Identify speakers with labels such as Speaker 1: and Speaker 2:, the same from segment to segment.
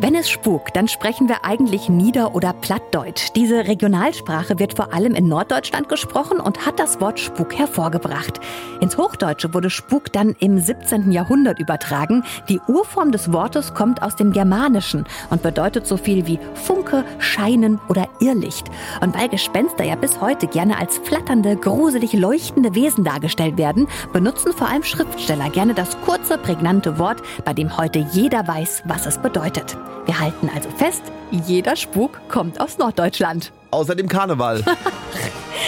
Speaker 1: Wenn es spukt, dann sprechen wir eigentlich Nieder- oder Plattdeutsch. Diese Regionalsprache wird vor allem in Norddeutschland gesprochen und hat das Wort Spuk hervorgebracht. Ins Hochdeutsche wurde Spuk dann im 17. Jahrhundert übertragen. Die Urform des Wortes kommt aus dem Germanischen und bedeutet so viel wie Funke, Scheinen oder Irrlicht. Und weil Gespenster ja bis heute gerne als flatternde, gruselig leuchtende Wesen dargestellt werden, benutzen vor allem Schriftsteller gerne das kurze, prägnante Wort, bei dem heute jeder weiß, was es bedeutet. Wir halten also fest, jeder Spuk kommt aus Norddeutschland.
Speaker 2: Außer dem Karneval.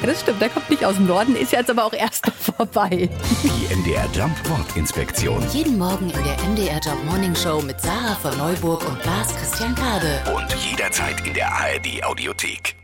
Speaker 1: Ja, das stimmt, der kommt nicht aus dem Norden, ist jetzt aber auch erst noch vorbei.
Speaker 3: Die MDR Jump Wortinspektion.
Speaker 4: Jeden Morgen in der MDR Job Morning Show mit Sarah von Neuburg und Lars Christian Kade.
Speaker 3: Und jederzeit in der ARD Audiothek.